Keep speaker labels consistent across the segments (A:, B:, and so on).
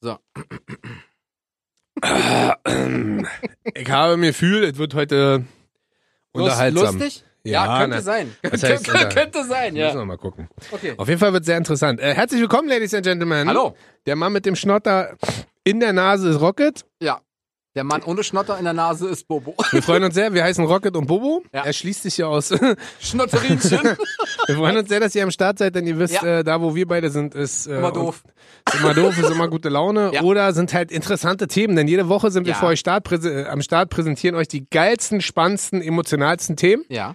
A: So.
B: Ah, ähm, ich habe mir Gefühl, es wird heute unterhaltsam.
A: Lustig? Ja, könnte
B: na,
A: sein.
B: Was heißt
A: Könnte-
B: unter-
A: könnte sein,
B: Müssen
A: ja.
B: wir mal gucken.
A: Okay.
B: Auf jeden Fall wird sehr interessant. Äh, herzlich willkommen, Ladies and Gentlemen.
A: Hallo.
B: Der Mann mit dem Schnotter in der Nase ist Rocket.
A: Ja. Der Mann ohne Schnotter in der Nase ist Bobo.
B: Wir freuen uns sehr. Wir heißen Rocket und Bobo.
A: Ja.
B: Er schließt sich hier aus. Wir
A: Schnotterinchen.
B: freuen uns sehr, dass ihr am Start seid, denn ihr wisst,
A: Ja.
B: äh, da wo wir beide sind, ist äh,
A: Immer doof.
B: Ist immer doof, ist immer gute Laune.
A: Ja.
B: Oder sind halt interessante Themen, denn jede Woche sind wir
A: Ja.
B: für euch Start, präse- äh, am Start, präsentieren euch die geilsten, spannendsten, emotionalsten Themen.
A: Ja.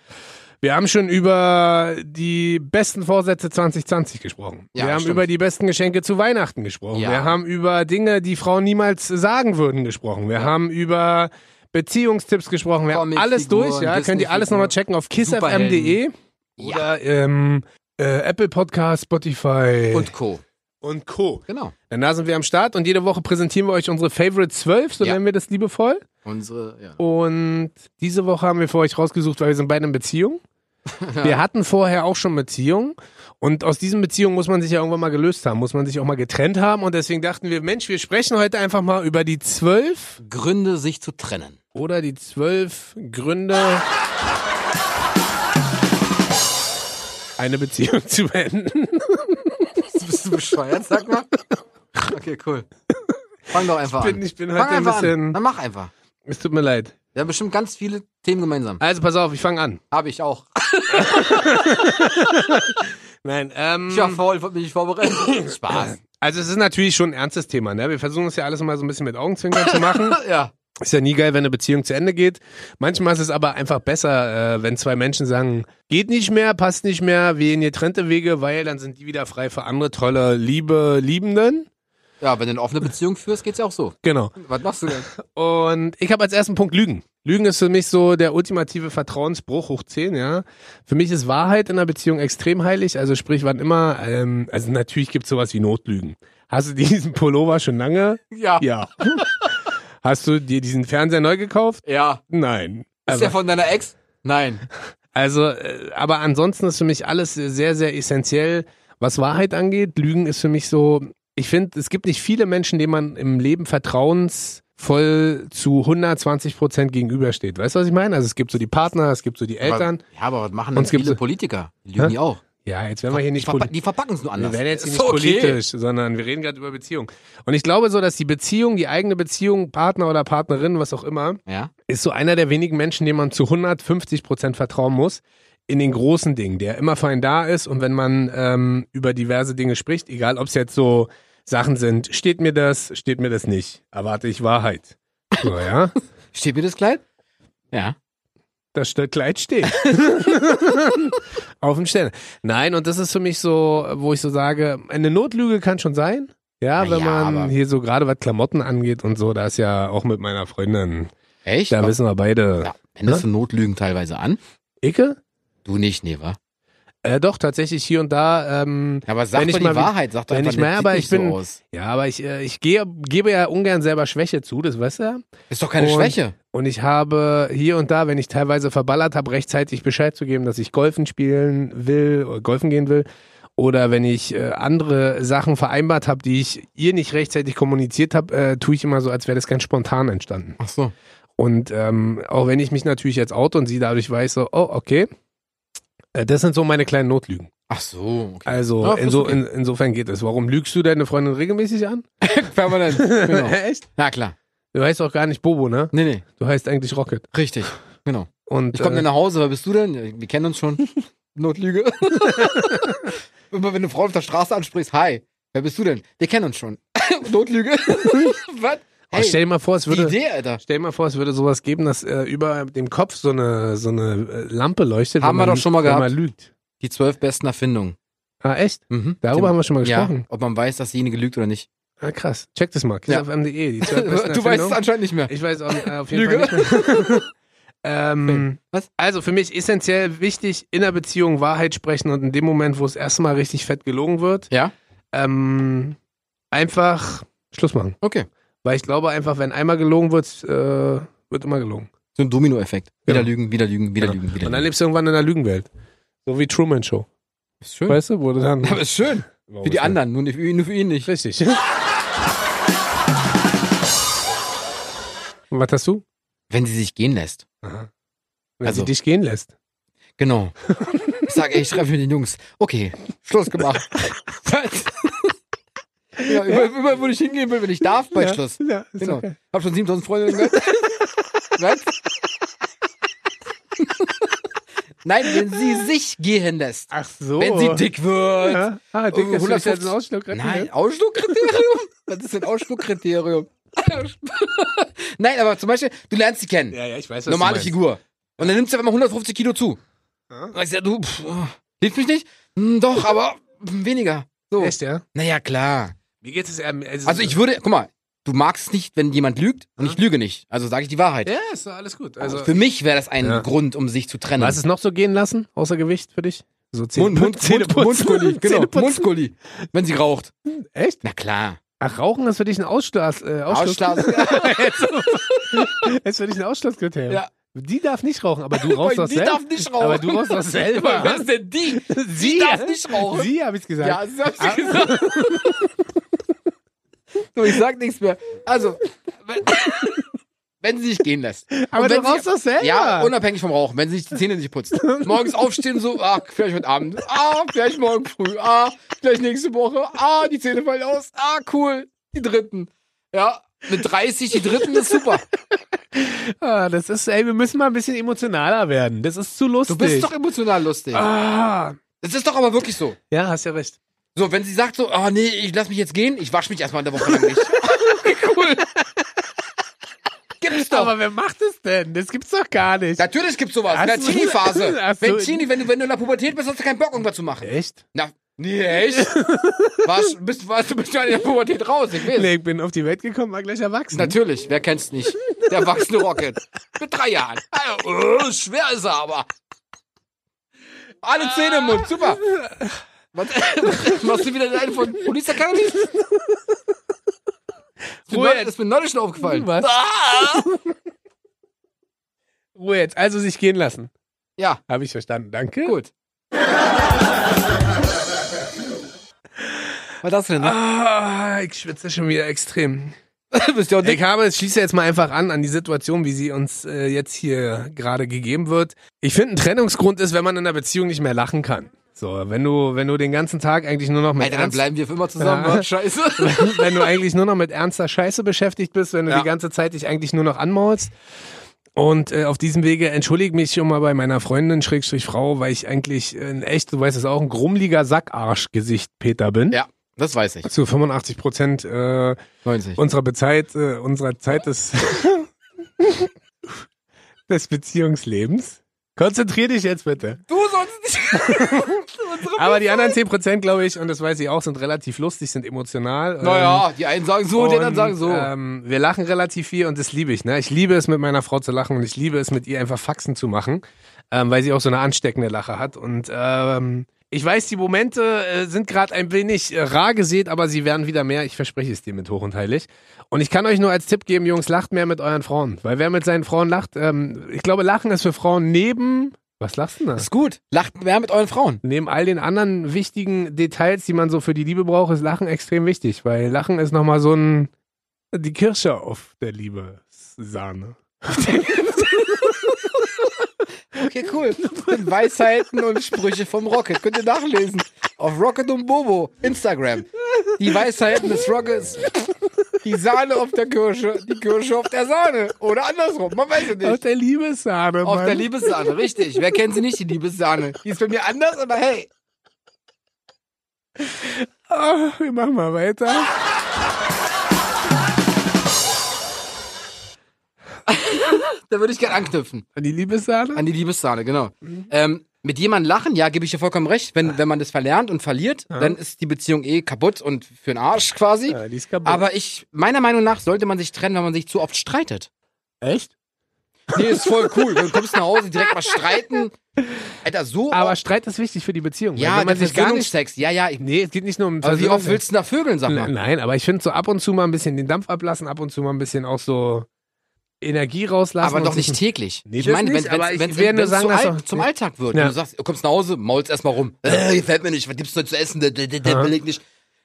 B: Wir haben schon über die besten Vorsätze 2020 gesprochen.
A: Ja,
B: wir haben
A: stimmt.
B: über die besten Geschenke zu Weihnachten gesprochen.
A: Ja.
B: Wir haben über Dinge, die Frauen niemals sagen würden, gesprochen. Wir haben über Beziehungstipps gesprochen. Wir haben
A: Comics,
B: alles
A: Figuren,
B: durch. Ja, könnt ihr alles
A: Disney-Figuren.
B: nochmal checken auf kissfm.de oder ähm, äh, Apple Podcast, Spotify
A: Und Co.
B: und Co.
A: Genau.
B: Dann da sind wir am Start und jede Woche präsentieren wir euch unsere Favorite 12, so
A: Ja.
B: nennen wir das liebevoll.
A: Unsere,
B: Oh.
A: ja.
B: Und diese Woche haben wir für euch rausgesucht, weil wir sind beide in Beziehung. Wir hatten vorher auch schon Beziehungen und aus diesen Beziehungen muss man sich ja irgendwann mal gelöst haben, muss man sich auch mal getrennt haben und deswegen dachten wir, Mensch, wir sprechen heute einfach mal über die zwölf
A: Gründe, sich zu trennen.
B: oder die zwölf Gründe, eine Beziehung zu beenden.
A: Bist du bescheuert, sag mal? Okay, cool. Fang doch einfach
B: bin-
A: an.
B: ich bin
A: Fang
B: heute ein
A: einfach
B: bisschen-
A: An. Dann mach einfach.
B: Es tut mir leid.
A: Wir haben bestimmt ganz viele Themen gemeinsam.
B: Also pass auf, ich fange an.
A: Habe ich auch.
B: Nein, ähm,
A: Ich war faul, wollte mich nicht vorbereiten. Spaß.
B: Also es ist natürlich schon ein ernstes Thema, ne? Wir versuchen es ja alles mal so ein bisschen mit Augenzwinkern zu machen.
A: Ja.
B: Ist ja nie geil, wenn eine Beziehung zu Ende geht. Manchmal ist es aber einfach besser, äh, wenn zwei Menschen sagen, geht nicht mehr, passt nicht mehr, wir gehen getrennte Wege, weil dann sind die wieder frei für andere tolle, liebe Liebenden.
A: Ja, wenn du eine offene Beziehung führst, geht's ja auch so.
B: Genau.
A: Was machst du denn?
B: Und ich habe als ersten Punkt Lügen. Lügen ist für mich so der ultimative Vertrauensbruch hoch 10, ja. Für mich ist Wahrheit in einer Beziehung extrem heilig. Also sprich, wann immer, ähm, also natürlich gibt's sowas wie Notlügen. Hast du diesen Pullover schon lange?
A: Ja.
B: Ja. Hast du dir diesen Fernseher neu gekauft?
A: Ja.
B: Nein. Also
A: Ist der
B: Aber,
A: von deiner Ex? Nein.
B: also, äh, aber ansonsten ist für mich alles sehr, sehr essentiell, was Wahrheit angeht. Lügen ist für mich so, ich finde, es gibt nicht viele Menschen, denen man im Leben vertrauensvoll zu 120 Prozent gegenübersteht. Weißt du, was ich meine? Also es gibt so die Partner, es gibt so die Eltern.
A: Aber, ja, aber was machen denn
B: Uns gibt's-
A: viele Politiker? Die lügen
B: Hä?
A: die auch.
B: ja, jetzt werden wir hier
A: die,
B: nicht
A: verpa
B: politisch.
A: die verpacken es nur anders.
B: Wir werden jetzt hier
A: Ist
B: nicht
A: okay.
B: politisch, sondern wir reden gerade über Beziehung. Und ich glaube so, dass die Beziehung, die eigene Beziehung, Partner oder Partnerin, was auch immer,
A: Ja.
B: ist so einer der wenigen Menschen, dem man zu 150 Prozent vertrauen muss. In den großen Dingen, der immer für einen da ist und wenn man ähm, über diverse Dinge spricht, egal ob es jetzt so Sachen sind, steht mir das, steht mir das nicht, erwarte ich Wahrheit. So, ja,
A: Steht mir das Kleid? Ja.
B: das St- Kleid steht. Auf dem Stern. Nein, und das ist für mich so, wo ich so sage, eine Notlüge kann schon sein. Ja,
A: Na
B: wenn
A: ja,
B: man
A: aber-
B: hier so gerade was Klamotten angeht und so, da ist ja auch mit meiner Freundin,
A: Echt?
B: da wissen wir beide.
A: ja. Wendest du Notlügen teilweise an?
B: Icke?
A: Du nicht, nee, wa?
B: Äh, doch, tatsächlich hier und da. Ähm,
A: Aber sag
B: Wenn
A: doch
B: ich
A: die
B: mal wie-
A: Wahrheit, sag doch
B: wenn
A: einfach,
B: ich mal-
A: das sieht
B: aber
A: nicht
B: ich bin-
A: so aus.
B: ja, aber ich, äh, ich gehe, gebe ja ungern selber Schwäche zu, das weißt du ja.
A: Ist doch keine
B: Und-
A: Schwäche.
B: Und ich habe hier und da, wenn ich teilweise verballert habe, rechtzeitig Bescheid zu geben, dass ich Golfen spielen will, oder Golfen gehen will. Oder wenn ich äh, andere Sachen vereinbart habe, die ich ihr nicht rechtzeitig kommuniziert habe, äh, tue ich immer so, als wäre das ganz spontan entstanden.
A: Ach so.
B: Und ähm, auch wenn ich mich natürlich jetzt oute und sie dadurch weiß, so, oh, okay, äh, das sind so meine kleinen Notlügen.
A: Ach so, okay. Ah,
B: Also
A: Ja, ist
B: inso,
A: okay.
B: in, insofern geht es. Warum lügst du deine Freundin regelmäßig an?
A: Permanent. Genau.
B: Echt?
A: Na klar.
B: Du heißt auch gar nicht Bobo, ne?
A: Nee, nee.
B: Du heißt eigentlich Rocket.
A: Richtig. Genau.
B: Und
A: Ich komme
B: äh,
A: dann nach Hause, wer bist du denn? Wir kennen uns schon. Notlüge. Immer wenn du Frauen auf der Straße ansprichst, hi, wer bist du denn? Wir kennen uns schon. Notlüge. Was?
B: oh, stell dir mal vor, es
A: die
B: würde
A: Idee, Alter.
B: Stell dir mal vor, es würde sowas geben, dass äh, über dem Kopf so eine, so eine äh, Lampe leuchtet.
A: Haben
B: wenn
A: wir
B: man,
A: doch schon mal
B: wenn
A: gehabt.
B: man lügt.
A: Die zwölf besten Erfindungen.
B: Ah, echt?
A: Mhm.
B: Darüber haben wir schon mal gesprochen.
A: Ja, ob man weiß, dass diejenige lügt oder nicht.
B: Ah, krass. Check das mal.
A: Ja.
B: KissFM.de, E, die
A: Du
B: zwölf besten
A: weißt es
B: Erfindungen.
A: anscheinend nicht mehr.
B: Ich weiß auch, äh, auf jeden
A: Lüge.
B: Fall nicht mehr. ähm,
A: Was?
B: Also für mich essentiell wichtig, in der Beziehung Wahrheit sprechen und in dem Moment, wo es erstmal richtig fett gelogen wird,
A: Ja?
B: ähm, einfach Schluss machen.
A: Okay.
B: Weil ich glaube einfach, wenn einmal gelogen wird, äh, wird immer gelogen.
A: So ein Domino-Effekt. Wieder
B: Genau.
A: lügen, wieder lügen, wieder
B: Genau.
A: lügen, wieder
B: Und dann
A: lügen.
B: lebst du irgendwann in einer Lügenwelt. So wie Truman Show.
A: Ist schön.
B: Hm? Weißt du, wurde dann.
A: Aber ist schön. Für die anderen, nur nicht für ihn, nur für ihn nicht.
B: Richtig. Und was hast du?
A: wenn sie sich gehen lässt.
B: Aha. Wenn
A: Also-
B: sie dich gehen lässt.
A: Genau. Ich sage, ich schreibe mit den Jungs. Okay, Schluss gemacht. Was? ja, über, über, wo ich hingehen will, wenn ich darf, bei
B: ja,
A: Schluss.
B: Ja, ist
A: Genau.
B: okay.
A: Hab schon 7000 Freunde gehört. Was? Nein, wenn sie sich gehen lässt.
B: Ach so.
A: Wenn sie dick wird.
B: Oh. Ja. Ah, dick ist
A: 150
B: 150. Ausschlag
A: Nein, Ausschluckkriterium? Was ist denn Ausschluckkriterium? Nein, aber zum Beispiel, du lernst sie kennen.
B: Ja, ja, ich weiß, was
A: normale
B: du meinst.
A: Figur. Und dann nimmst du einfach mal 150 Kilo zu.
B: Ja.
A: Und sagst ja, du, pff, oh, hilft mich nicht? Hm, doch, aber weniger. So.
B: Echt, ja?
A: Naja, klar.
B: Mir geht es eher... Also,
A: Also ich würde, guck mal, du magst es nicht, wenn jemand lügt und ich lüge nicht. Also sage ich die Wahrheit.
B: Ja, ist doch alles gut. Also,
A: Für mich wäre das ein
B: Ja.
A: Grund, um sich zu trennen.
B: was ist noch so gehen lassen, außer Gewicht für dich? So Zähne,
A: Mund, Mund,
B: Zähne
A: Mund, Mundgulli, genau,
B: Zähneputzen.
A: Mundgulli, wenn sie raucht.
B: Echt?
A: Na klar.
B: Ach, Rauchen ist für dich ein Ausschluss... Äh,
A: Ausschlag.
B: ist für dich ein Ausschlusskriterium.
A: Ja.
B: Die darf nicht rauchen, aber du rauchst doch
A: die
B: selber.
A: darf nicht rauchen.
B: Aber du rauchst doch selber.
A: Wer ist denn die?
B: Sie
A: darf nicht rauchen.
B: Sie, habe ich gesagt.
A: Ja, das hab ich dir gesagt. Ah. so, ich sag nichts mehr. Also, wenn, wenn sie sich gehen lässt.
B: aber
A: Und
B: du
A: wenn sie-
B: rauchst doch selber.
A: Ja, unabhängig vom Rauchen, wenn sie sich die Zähne nicht putzt. Morgens aufstehen, so, ach, vielleicht heute Abend. Ah, vielleicht morgen früh. Ah, vielleicht nächste Woche. Ah, die Zähne fallen aus. Ah, cool. Die dritten. Ja, mit 30 die dritten ist super.
B: Ah, das ist, ey, wir müssen mal ein bisschen emotionaler werden. Das ist zu
A: Du
B: lustig.
A: bist doch emotional lustig.
B: Ah.
A: Das ist doch aber wirklich so.
B: Ja, hast ja recht.
A: So, wenn sie sagt so, ah nee, ich lass mich jetzt gehen, ich wasche mich erstmal in der Woche lang nicht. cool. Gibt's doch.
B: Aber wer macht es denn? Das gibt's doch gar nicht.
A: Natürlich gibt's sowas. In der
B: Ach so.
A: Teenie-Phase.
B: Ach so.
A: Wenn, Teenie, wenn, du, wenn du in der Pubertät bist, hast du keinen Bock, irgendwas zu machen.
B: Echt?
A: Na, nee, echt? Warst, bist, warst, du bist ja in der Pubertät raus, ich weiß.
B: Nee, ich bin auf die Welt gekommen, war gleich
A: Hm?
B: erwachsen.
A: Natürlich, wer kennt's nicht? Der erwachsene Rocket. Mit drei Jahren. Also, oh, schwer ist er aber. Alle Zähne im Mund, super. Was, machst du wieder den einen von Police Academy? Ist mir
B: Ruhe
A: neu-
B: jetzt.
A: Ist mir neulich schon aufgefallen.
B: Was?
A: Ah!
B: Ruhe jetzt. Also sich gehen lassen.
A: Ja,
B: Habe ich verstanden. Danke.
A: gut. Was hast du denn?
B: Ah, ich schwitze schon wieder extrem.
A: Bist ja auch
B: Ich habe, ich schließe jetzt mal einfach an an die Situation, wie sie uns äh, jetzt hier gerade gegeben wird. Ich finde, ein Trennungsgrund ist, wenn man in einer Beziehung nicht mehr lachen kann. So, wenn du, wenn du den ganzen Tag eigentlich nur noch mit
A: Alter, dann
B: ernst,
A: bleiben wir für immer zusammen.
B: Ja.
A: wa? Scheiße.
B: wenn du eigentlich nur noch mit ernster Scheiße beschäftigt bist, wenn du
A: Ja.
B: die ganze Zeit dich eigentlich nur noch anmaulst. Und äh, auf diesem Wege entschuldige mich schon mal bei meiner Freundin Schrägstrich Frau, weil ich eigentlich äh, ein echt, du weißt es auch, ein grummeliger Sackarschgesicht Peter bin.
A: Ja, das weiß ich.
B: Zu 85 Prozent äh,
A: 90.
B: unserer Bezeit, äh, unserer Zeit des, des Beziehungslebens. Konzentrier dich jetzt bitte.
A: du sonst nicht.
B: Aber die anderen 10%, glaube ich, und das weiß ich auch, sind relativ lustig, sind emotional. ähm,
A: Naja, die einen sagen so, die anderen
B: Und,
A: sagen so.
B: Ähm, wir lachen relativ viel und das liebe ich. Ne? Ich liebe es, mit meiner Frau zu lachen und ich liebe es, mit ihr einfach Faxen zu machen, ähm, weil sie auch so eine ansteckende Lache hat. Und ähm, ich weiß, die Momente äh, sind gerade ein wenig äh, rar gesät, aber sie werden wieder mehr. Ich verspreche es dir mit hoch und heilig. Und ich kann euch nur als Tipp geben, Jungs, lacht mehr mit euren Frauen. Weil wer mit seinen Frauen lacht, ähm, ich glaube, Lachen ist für Frauen neben... Was lachst du denn da?
A: Ist gut. Lacht mehr mit euren Frauen.
B: Neben all den anderen wichtigen Details, die man so für die Liebe braucht, ist Lachen extrem wichtig, weil Lachen ist nochmal so ein. die Kirsche auf der Liebe. Sahne.
A: Okay, cool. Mit Weisheiten und Sprüche vom Rocket. Könnt ihr nachlesen. Auf Rocket und Bobo, Instagram. Die Weisheiten des Rockets. Die Sahne auf der Kirsche, die Kirsche auf der Sahne. Oder andersrum, man weiß es
B: Auf
A: nicht.
B: der Liebessahne.
A: Auf
B: Mann.
A: der Liebessahne, richtig. Wer kennt sie nicht, die Liebessahne? Die ist bei mir anders, aber hey.
B: Ah, wir machen mal weiter.
A: Da würde ich gerne anknüpfen.
B: An die Liebessahne?
A: An die Liebessahne, genau. Ähm, mit jemandem lachen, ja, gebe ich dir vollkommen recht. Wenn, wenn man das verlernt und verliert, dann ist die Beziehung eh kaputt und für den Arsch quasi.
B: Ja, die ist kaputt.
A: Aber ich, meiner Meinung nach, sollte man sich trennen, wenn man sich zu oft streitet.
B: echt?
A: Nee, ist voll cool. Du kommst nach Hause, direkt mal streiten. Alter, so.
B: Aber Streit ist wichtig für die Beziehung. weil
A: ja,
B: wenn man
A: der
B: sich gar nicht.
A: Versöhnungsex. Ja, ja. Ich,
B: Nee, es geht nicht nur um
A: aber wie oft
B: Versöhnung.
A: willst du da vögeln, sag mal?
B: Nein, aber ich finde so ab und zu mal ein bisschen den Dampf ablassen, ab und zu mal ein bisschen auch so Energie rauslassen.
A: Aber
B: und
A: doch
B: sich
A: nicht täglich.
B: Nee,
A: ich
B: das
A: meine, wenn
B: nicht, aber ich will nur
A: es
B: sagen,
A: zu
B: dass
A: alt,
B: auch-
A: zum Alltag wird
B: Ja.
A: und du sagst, du kommst nach Hause, maulst erstmal rum. Äh, gefällt mir nicht, was gibt's denn zu essen? Der, der, der
B: Aha.
A: belegt nicht.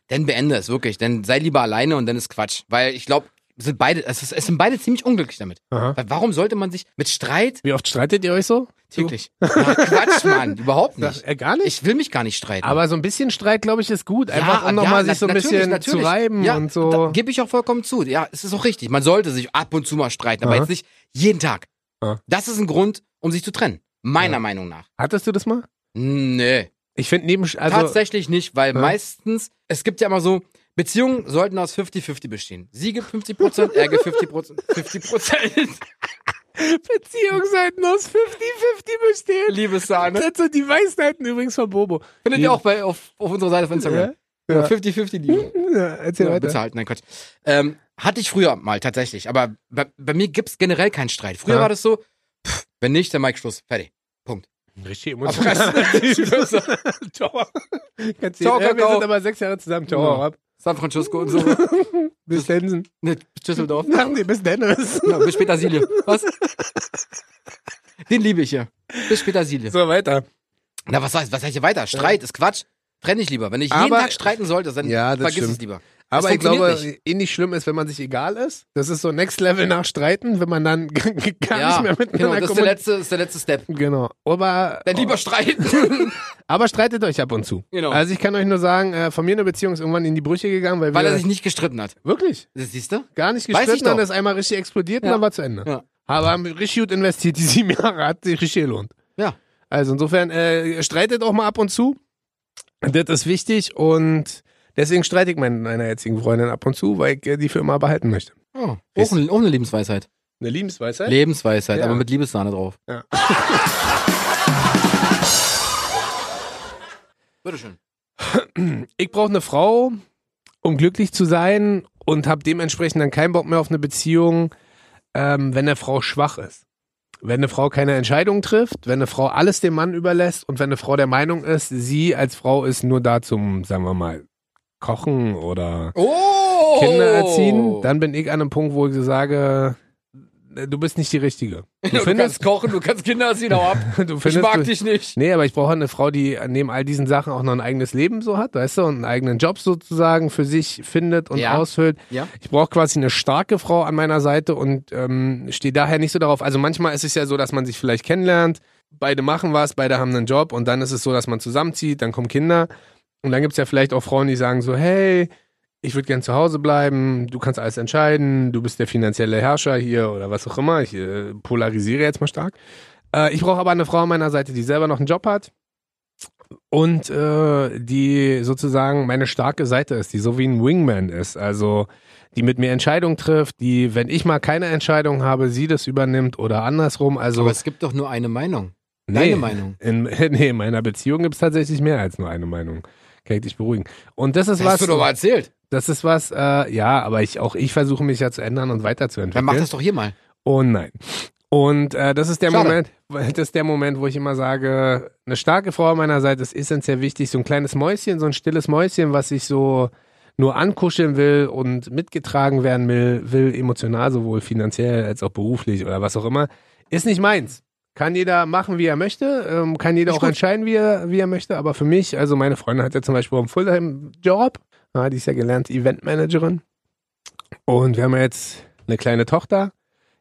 A: Dann beende es wirklich. Dann sei lieber alleine und dann ist Quatsch. Weil ich glaube, sind beide, es, ist, es sind beide ziemlich unglücklich damit.
B: Aha.
A: Weil warum sollte man sich mit Streit
B: Wie oft streitet ihr euch so?
A: täglich? Na, Quatsch, Mann, überhaupt nicht.
B: Äh, gar nicht.
A: Ich will mich gar nicht streiten.
B: aber so ein bisschen Streit, glaube ich, ist gut. Einfach um
A: ja,
B: nochmal
A: na-
B: sich so ein
A: natürlich,
B: bisschen
A: natürlich.
B: zu reiben
A: ja,
B: und so.
A: Gebe ich auch vollkommen zu. Ja, es ist auch richtig. Man sollte sich ab und zu mal streiten, aber
B: Aha.
A: jetzt nicht jeden Tag.
B: Aha.
A: Das ist ein Grund, um sich zu trennen. Meiner Meinung nach.
B: Hattest du das mal?
A: Nee.
B: Ich finde neben also
A: Tatsächlich nicht, weil
B: Ja.
A: meistens, es gibt ja immer so, Beziehungen sollten aus 50-50 bestehen. Sie gibt 50%, er gibt 50%. 50%.
B: Beziehungen sollten aus 50-50 bestehen.
A: Liebes Sahne.
B: Das sind die Weisheiten übrigens von Bobo.
A: Findet ihr auch bei, auf, auf unserer Seite auf Instagram.
B: Ja.
A: 50-50 Liebe.
B: Ja, erzähl
A: Ja,
B: weiter.
A: bezahlt, nein, Quatsch. Ähm, hatte ich früher mal tatsächlich, aber bei, bei mir gibt's generell keinen Streit. Früher
B: Ja.
A: war das so, pff, wenn nicht, dann Mike Schluss. Fertig.
B: Richtig
A: Erpressen. Ciao,
B: Ciao, ja, wir
A: Kakao.
B: sind aber sechs Jahre zusammen. Ciao,
A: Ja.
B: hau ab.
A: San Francisco und so.
B: Bis Densen.
A: Ne, Düsseldorf.
B: Nee, bis Dennis.
A: Ja, bis Petersilie. Was? Den liebe ich ja. Bis Petersilie.
B: So, weiter.
A: Na, was heißt, was heißt hier weiter? Streit ist Quatsch. Trenne ich lieber. Wenn ich jeden
B: Aber-
A: Tag streiten sollte, dann
B: Ja, das
A: vergiss
B: stimmt.
A: es lieber.
B: Aber
A: Das
B: ich glaube,
A: funktioniert
B: ähnlich schlimm ist, wenn man sich egal ist. Das ist so Next Level nach Streiten, wenn man dann gar nicht mehr
A: genau,
B: miteinander
A: das ist der,
B: kommuniziert.
A: letzte, ist der letzte Step.
B: Genau. Aber,
A: Dann lieber streiten.
B: aber streitet euch ab und zu.
A: Genau.
B: Also ich kann euch nur sagen, äh, von mir eine Beziehung ist irgendwann in die Brüche gegangen, weil,
A: weil
B: wir
A: er sich nicht gestritten hat.
B: wirklich
A: Das siehst du?
B: gar nicht
A: Weiß ich
B: gestritten
A: doch.
B: haben, das einmal richtig explodiert
A: Ja.
B: und dann war zu Ende.
A: Ja.
B: Aber haben richtig gut investiert, die sieben Jahre hat sich richtig gelohnt.
A: Ja.
B: Also insofern, äh, streitet auch mal ab und zu. Das ist wichtig und deswegen streite ich meinen- meiner jetzigen Freundin ab und zu, weil ich äh, die für immer behalten möchte.
A: Oh, auch, eine, auch eine Lebensweisheit.
B: Eine Liebensweisheit?
A: Lebensweisheit,
B: Ja.
A: aber mit Liebessahne drauf.
B: Ja.
A: Bitteschön.
B: ich brauche eine Frau, um glücklich zu sein und habe dementsprechend dann keinen Bock mehr auf eine Beziehung, ähm, wenn eine Frau schwach ist. Wenn eine Frau keine Entscheidung trifft, wenn eine Frau alles dem Mann überlässt und wenn eine Frau der Meinung ist, sie als Frau ist nur da zum, sagen wir mal, Kochen oder
A: Oh!
B: Kinder erziehen, dann bin ich an einem Punkt, wo ich so sage, du bist nicht die Richtige. Du
A: du kannst
B: findest,
A: kochen, du kannst Kinder erziehen, hau ab.
B: du
A: Ich
B: findest
A: mag
B: du-
A: dich nicht.
B: Nee, aber ich brauche eine Frau, die neben all diesen Sachen auch noch ein eigenes Leben so hat, weißt du, und einen eigenen Job sozusagen für sich findet und
A: Ja.
B: ausfüllt.
A: Ja.
B: Ich brauche quasi eine starke Frau an meiner Seite und ähm, stehe daher nicht so darauf. Also manchmal ist es ja so, dass man sich vielleicht kennenlernt, beide machen was, beide haben einen Job und dann ist es so, dass man zusammenzieht, dann kommen Kinder und dann gibt es ja vielleicht auch Frauen, die sagen so, hey, ich würde gern zu Hause bleiben, du kannst alles entscheiden, du bist der finanzielle Herrscher hier oder was auch immer. Ich äh, polarisiere jetzt mal stark. Äh, ich brauche aber eine Frau an meiner Seite, die selber noch einen Job hat und äh, die sozusagen meine starke Seite ist, die so wie ein Wingman ist. Also die mit mir Entscheidungen trifft, die, wenn ich mal keine Entscheidung habe, sie das übernimmt oder andersrum. Also
A: Aber es gibt doch nur eine Meinung.
B: nee,
A: Deine Meinung.
B: in, nee, in meiner Beziehung gibt es tatsächlich mehr als nur eine Meinung. Kann ich dich beruhigen. Und das ist
A: Das hast
B: was.
A: du doch mal erzählt.
B: Das ist was, äh, ja, aber ich auch ich versuche mich ja zu ändern und
A: Dann
B: weiterzuentwickeln.
A: mach das doch hier mal.
B: Oh nein. Und äh, das ist der
A: Schade.
B: Moment, weil das ist der Moment, wo ich immer sage, eine starke Frau an meiner Seite ist essentiell wichtig. So ein kleines Mäuschen, so ein stilles Mäuschen, was ich so nur ankuscheln will und mitgetragen werden will, will emotional sowohl finanziell als auch beruflich oder was auch immer, ist nicht meins. Kann jeder machen, wie er möchte, ähm, kann jeder
A: Ist
B: auch
A: gut.
B: entscheiden, wie er, wie er möchte. Aber für mich, also meine Freundin hat ja zum Beispiel auch einen Fulltime-Job, ja, die ist ja gelernte Eventmanagerin. Und wir haben ja jetzt eine kleine Tochter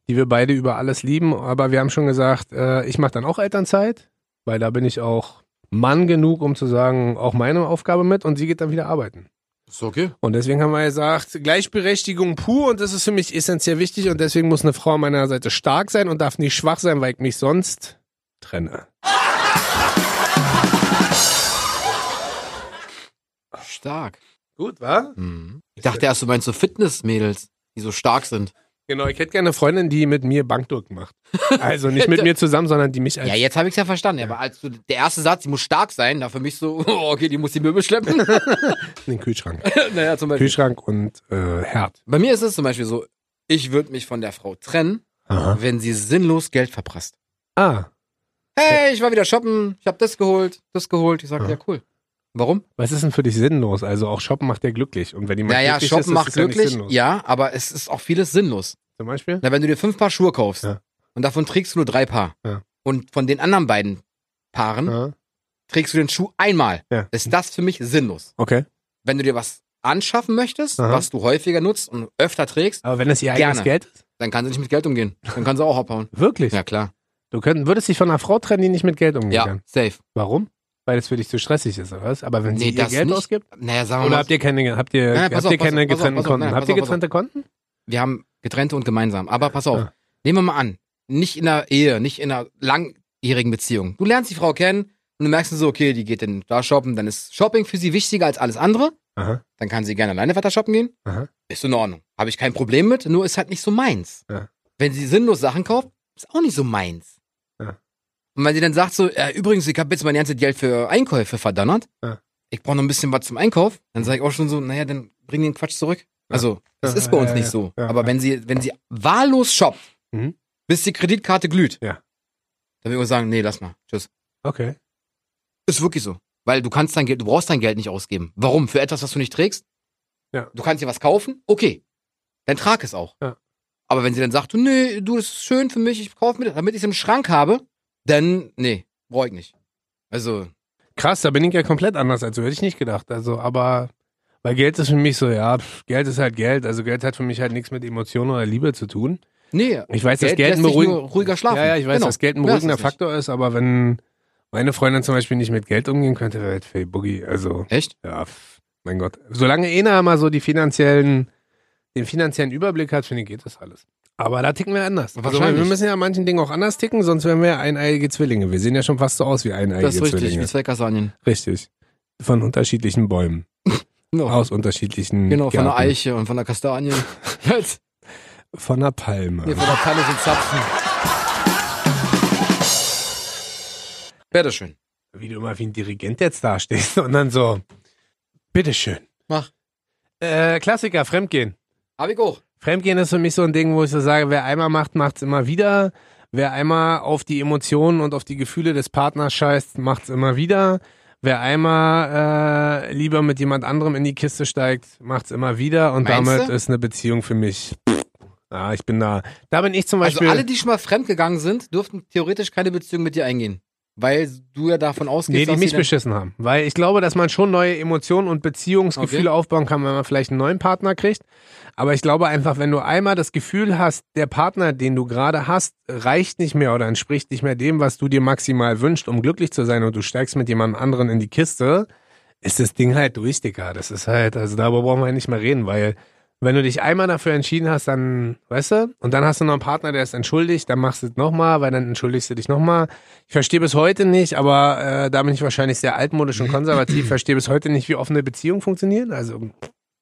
B: die wir beide über alles lieben. Aber wir haben schon gesagt, äh, ich mache dann auch Elternzeit, weil da bin ich auch Mann genug, um zu sagen, auch meine Aufgabe mit und sie geht dann wieder arbeiten.
A: Ist okay.
B: Und deswegen haben wir gesagt, Gleichberechtigung pur und das ist für mich essentiell wichtig und deswegen muss eine Frau an meiner Seite stark sein und darf nicht schwach sein, weil ich mich sonst trenne.
A: Stark.
B: Gut, wa?
A: Mhm. Ich dachte erst, du meinst so Fitnessmädels, die so stark sind.
B: Genau, ich hätte gerne eine Freundin, die mit mir Bankdrücken macht. Also nicht mit mir zusammen, sondern die mich als
A: Ja, jetzt habe ich es ja verstanden. Aber als du, der erste Satz, die muss stark sein, da für mich so, oh, okay, die muss die Möbel schleppen.
B: in den Kühlschrank.
A: naja, zum Beispiel.
B: Kühlschrank und äh, Herd.
A: Bei mir ist es zum Beispiel so, ich würde mich von der Frau trennen,
B: Aha.
A: wenn sie sinnlos Geld verprasst.
B: Ah,
A: Hey, ich war wieder shoppen, ich habe das geholt, das geholt. Ich sage,
B: Ja.
A: ja, cool. Warum?
B: Was ist denn für dich sinnlos? Also auch Shoppen macht ja glücklich. Und wenn jemand
A: Naja,
B: glücklich
A: shoppen
B: ist, ist
A: macht
B: es ja nicht
A: glücklich,
B: sinnlos.
A: ja, aber es ist auch vieles sinnlos.
B: Zum Beispiel?
A: Na, wenn du dir fünf Paar Schuhe kaufst
B: Ja.
A: und davon trägst du nur drei Paar
B: Ja.
A: und von den anderen beiden Paaren
B: Ja.
A: trägst du den Schuh einmal,
B: Ja.
A: ist das für mich sinnlos.
B: Okay.
A: Wenn du dir was anschaffen möchtest,
B: Aha.
A: was du häufiger nutzt und öfter trägst,
B: Aber wenn das ihr eigenes
A: Gerne.
B: Geld ist?
A: dann kann sie nicht mit Geld umgehen. Dann kann sie auch abhauen.
B: Wirklich?
A: Ja, klar.
B: Du könnt, würdest dich von einer Frau trennen, die nicht mit Geld umgehen
A: Ja,
B: kann.
A: safe.
B: Warum? Weil das für dich zu stressig ist, oder was? Aber wenn sie
A: Nee,
B: ihr
A: das
B: Geld
A: nicht.
B: ausgibt?
A: Naja, sagen wir
B: Oder
A: mal,
B: habt ihr keine, habt ihr,
A: Nein, nein, pass
B: habt ihr
A: auf, pass
B: keine
A: auf, pass auf,
B: getrennten
A: pass auf,
B: Konten?
A: nein,
B: habt
A: pass
B: ihr
A: auf, pass auf.
B: getrennte Konten?
A: wir haben getrennte und gemeinsam. Aber pass auf,
B: Ja.
A: nehmen wir mal an, nicht in einer Ehe, nicht in einer langjährigen Beziehung. Du lernst die Frau kennen und du merkst so, okay, die geht denn da shoppen, dann ist Shopping für sie wichtiger als alles andere.
B: Aha.
A: Dann kann sie gerne alleine weiter shoppen gehen.
B: Aha.
A: Ist in Ordnung. Habe ich kein Problem mit, nur ist halt nicht so meins.
B: Ja.
A: Wenn sie sinnlos Sachen kauft, ist auch nicht so meins.
B: Ja.
A: Und wenn sie dann sagt so, äh, übrigens, ich habe jetzt mein ganzes Geld für Einkäufe verdonnert,
B: Ja.
A: ich brauche noch ein bisschen was zum Einkauf, dann sage ich auch schon so, naja, dann bring den Quatsch zurück. Also, das
B: Ja,
A: ist bei
B: ja,
A: uns
B: ja,
A: nicht
B: ja.
A: so.
B: Ja,
A: Aber
B: ja.
A: wenn sie, wenn sie wahllos shoppt,
B: Mhm.
A: bis die Kreditkarte glüht,
B: Ja.
A: dann würde ich sagen, nee, lass mal. Tschüss.
B: Okay.
A: Ist wirklich so. Weil du kannst dein Geld, du brauchst dein Geld nicht ausgeben. Warum? Für etwas, was du nicht trägst?
B: Ja.
A: Du kannst dir was kaufen? Okay. Dann trag es auch.
B: Ja.
A: Aber wenn sie dann sagt, du, nee, du, das ist schön für mich, ich kaufe mir, das, damit ich es im Schrank habe, dann, nee, brauche ich nicht. Also,
B: Krass, da bin ich ja komplett anders als du. Hätte ich nicht gedacht. Also, aber, weil Geld ist für mich so, ja, pff, Geld ist halt Geld. Also, Geld hat für mich halt nichts mit Emotionen oder Liebe zu tun.
A: nee.
B: Ich weiß, dass
A: Geld
B: Geld
A: lässt
B: ein
A: dich
B: beruhigen-
A: nur ruhiger schlafen.
B: Ja, ja, ich weiß,
A: Genau.
B: dass Geld ein
A: Ja, das
B: beruhigender
A: ist es
B: Faktor ist, aber wenn meine Freundin zum Beispiel nicht mit Geld umgehen könnte, wäre halt Faye Boogie. Also,
A: Echt?
B: ja, pff, mein Gott. Solange einer mal so die finanziellen, den finanziellen Überblick hat, finde ich, geht das alles. Aber da ticken wir anders. Also, wir
A: Wahrscheinlich.
B: müssen ja an manchen Dingen auch anders ticken, sonst wären wir ja eineiige Zwillinge. Wir sehen ja schon fast so aus wie eineiige
A: Das ist richtig,
B: Zwillinge.
A: wie zwei Kastanien.
B: Richtig. Von unterschiedlichen Bäumen.
A: Genau.
B: Aus unterschiedlichen.
A: Genau, von der
B: Gärten.
A: Eiche und von der Kastanie. Jetzt.
B: Von der Palme.
A: Nee, von der Tanne sind Zapfen. Bitteschön.
B: Wie du immer wie ein Dirigent jetzt dastehst und dann so. Bitteschön.
A: Mach.
B: Äh, Klassiker, Fremdgehen.
A: Hab ich auch.
B: Fremdgehen ist für mich so ein Ding, wo ich so sage, wer einmal macht, macht's immer wieder. Wer einmal auf die Emotionen und auf die Gefühle des Partners scheißt, macht's immer wieder. Wer einmal äh, lieber mit jemand anderem in die Kiste steigt, macht's immer wieder. Und
A: Meinst
B: damit
A: du?
B: ist eine Beziehung für mich. Ah, ich bin da. Da bin ich zum
A: Also
B: Beispiel.
A: alle, die schon mal fremdgegangen sind, dürften theoretisch keine Beziehung mit dir eingehen. Weil du ja davon ausgehst,
B: Nee, die
A: dass
B: mich
A: sie dann-
B: beschissen haben. Weil ich glaube, dass man schon neue Emotionen und Beziehungsgefühle aufbauen kann, wenn man vielleicht einen neuen Partner kriegt. Aber ich glaube einfach, wenn du einmal das Gefühl hast, der Partner, den du gerade hast, reicht nicht mehr oder entspricht nicht mehr dem, was du dir maximal wünschst, um glücklich zu sein und du steigst mit jemand anderen in die Kiste, ist das Ding halt durch, Digga. Das ist halt, also darüber brauchen wir ja nicht mehr reden, weil wenn du dich einmal dafür entschieden hast, dann, weißt du, und dann hast du noch einen Partner, der ist entschuldigt, dann machst du es nochmal, weil dann entschuldigst du dich nochmal. Ich verstehe bis heute nicht, aber äh, da bin ich wahrscheinlich sehr altmodisch und konservativ, verstehe bis heute nicht, wie offene Beziehungen funktionieren. Also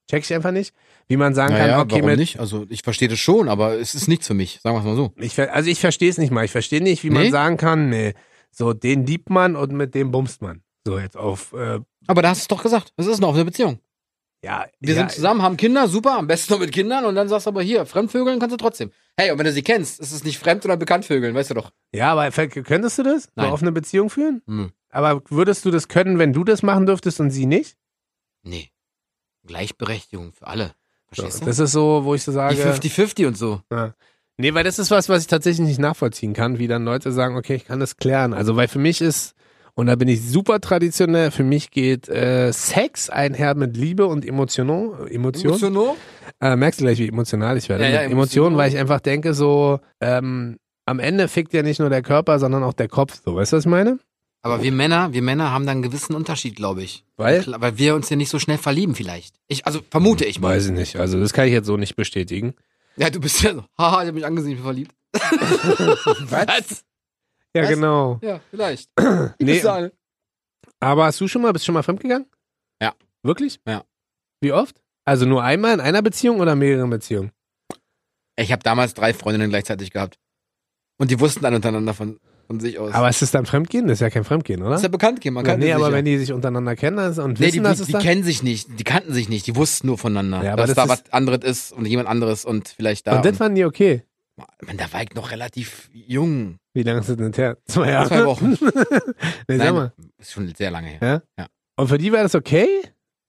B: check ich einfach nicht, wie man sagen
A: Naja,
B: kann, okay,
A: warum
B: mit,
A: nicht? Also ich verstehe das schon, aber es ist nichts für mich. Sagen wir es mal so.
B: ich, ver- also ich verstehe es nicht mal. Ich verstehe nicht, wie man
A: Nee?
B: sagen kann, nee, so den liebt man und mit dem bumst man. So jetzt auf, äh,
A: Aber da hast du es doch gesagt. Das ist eine offene Beziehung.
B: ja.
A: Wir
B: ja, äh,
A: sind zusammen, haben Kinder, super, am besten noch mit Kindern und dann sagst du aber hier, Fremdvögeln kannst du trotzdem. Hey, und wenn du sie kennst, ist es nicht Fremd- oder Bekanntvögeln, weißt du doch.
B: Ja, aber ver- könntest du das? Eine
A: Nein.
B: offene Beziehung führen?
A: Hm.
B: Aber würdest du das können, wenn du das machen dürftest und sie nicht?
A: Nee. Gleichberechtigung für alle.
B: So,
A: Verstehst du?
B: das ist so, wo ich so
A: Die
B: sage.
A: 50-50 und so.
B: Nee, weil das ist was, was ich tatsächlich nicht nachvollziehen kann, wie dann Leute sagen, okay, ich kann das klären. Also, weil für mich ist, und da bin ich super traditionell, für mich geht äh, Sex einher mit Liebe und Emotion. Emotion?
A: Emotional?
B: Äh, merkst du gleich, wie emotional ich werde.
A: Ja,
B: Mit
A: ja,
B: Emotionen,
A: emotional.
B: weil ich einfach denke, so, ähm, am Ende fickt ja nicht nur der Körper, sondern auch der Kopf. So, weißt du, was ich meine?
A: Aber wir Männer, wir Männer haben da einen gewissen Unterschied, glaube ich.
B: Weil?
A: Klar, Weil wir uns ja nicht so schnell verlieben vielleicht. Ich, also vermute ich mal.
B: Weiß ich nicht. Also, das kann ich jetzt so nicht bestätigen.
A: Ja, du bist ja so, haha, ich hab mich angesehen, ich bin verliebt. Was?
B: Ja,
A: Was?
B: genau.
A: Ja, vielleicht.
B: Nee,
A: Bist du alle?
B: aber hast du schon mal, bist du schon mal fremdgegangen?
A: Ja.
B: Wirklich?
A: Ja.
B: Wie oft? Also nur einmal in einer Beziehung oder mehreren Beziehungen?
A: Ich habe damals drei Freundinnen gleichzeitig gehabt. Und die wussten dann untereinander von, von sich aus.
B: Aber ist es dann Fremdgehen? Das ist ja kein Fremdgehen, oder?
A: ist ja bekannt, Kim, man kann
B: nee,
A: das
B: aber
A: nicht,
B: wenn
A: ja.
B: die sich untereinander kennen also, und
A: Nee,
B: wissen,
A: die,
B: dass
A: die,
B: es
A: die
B: da...
A: kennen sich nicht, die kannten sich nicht, die wussten nur voneinander,
B: Ja, aber
A: dass
B: das
A: da
B: ist-
A: was anderes ist und jemand anderes und vielleicht da.
B: und das fanden die okay.
A: Man, da war ich noch relativ jung.
B: Wie lange ist das denn her? Zwei Jahre?
A: Zwei Wochen.
B: nee, sag
A: Nein,
B: mal.
A: Ist schon sehr lange her.
B: Ja. Und für die war das okay?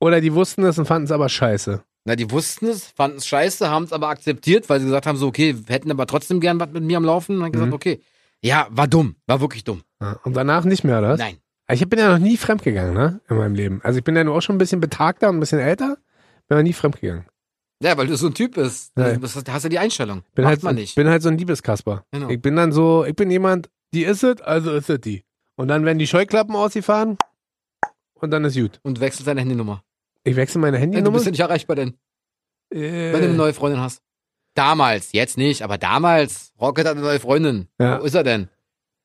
B: Oder die wussten es und fanden es aber scheiße?
A: Na, die wussten es, fanden es scheiße, haben es aber akzeptiert, weil sie gesagt haben, so, okay, wir hätten aber trotzdem gern was mit mir am Laufen. Und dann gesagt,
B: Mhm.
A: okay. Ja, war dumm, war wirklich dumm.
B: Ja. Und danach nicht mehr, oder? was?
A: Nein.
B: Ich bin ja noch nie fremdgegangen, ne? In meinem Leben. Also ich bin ja nur auch schon ein bisschen betagter und ein bisschen älter. Bin aber nie fremdgegangen.
A: Ja, weil du so ein Typ bist.
B: Nein.
A: Das, da hast du die Einstellung.
B: Bin
A: Macht
B: halt,
A: man
B: so-
A: nicht.
B: bin halt so ein Liebeskasper.
A: Genau.
B: Ich bin dann so, ich bin jemand, die ist es, also ist es die. Und dann werden die Scheuklappen ausgefahren und dann ist gut.
A: Und wechselst deine Handynummer.
B: Ich wechsle meine
A: Ja, du
B: Handynummer.
A: bist ja nicht erreichbar denn,
B: Äh,
A: wenn du eine neue Freundin hast. Damals, jetzt nicht, aber damals. Rocket hat eine neue Freundin.
B: Ja.
A: Wo ist er denn?